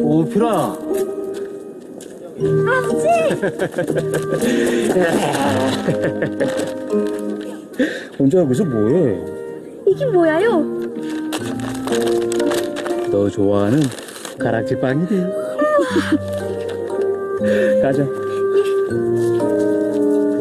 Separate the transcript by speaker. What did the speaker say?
Speaker 1: 뷰라.
Speaker 2: 아, 네.
Speaker 1: 혼자 여기서 뭐해?
Speaker 2: 이게 뭐야요?
Speaker 1: 너 좋아하는 가락지 빵이지. 가자.
Speaker 2: 예.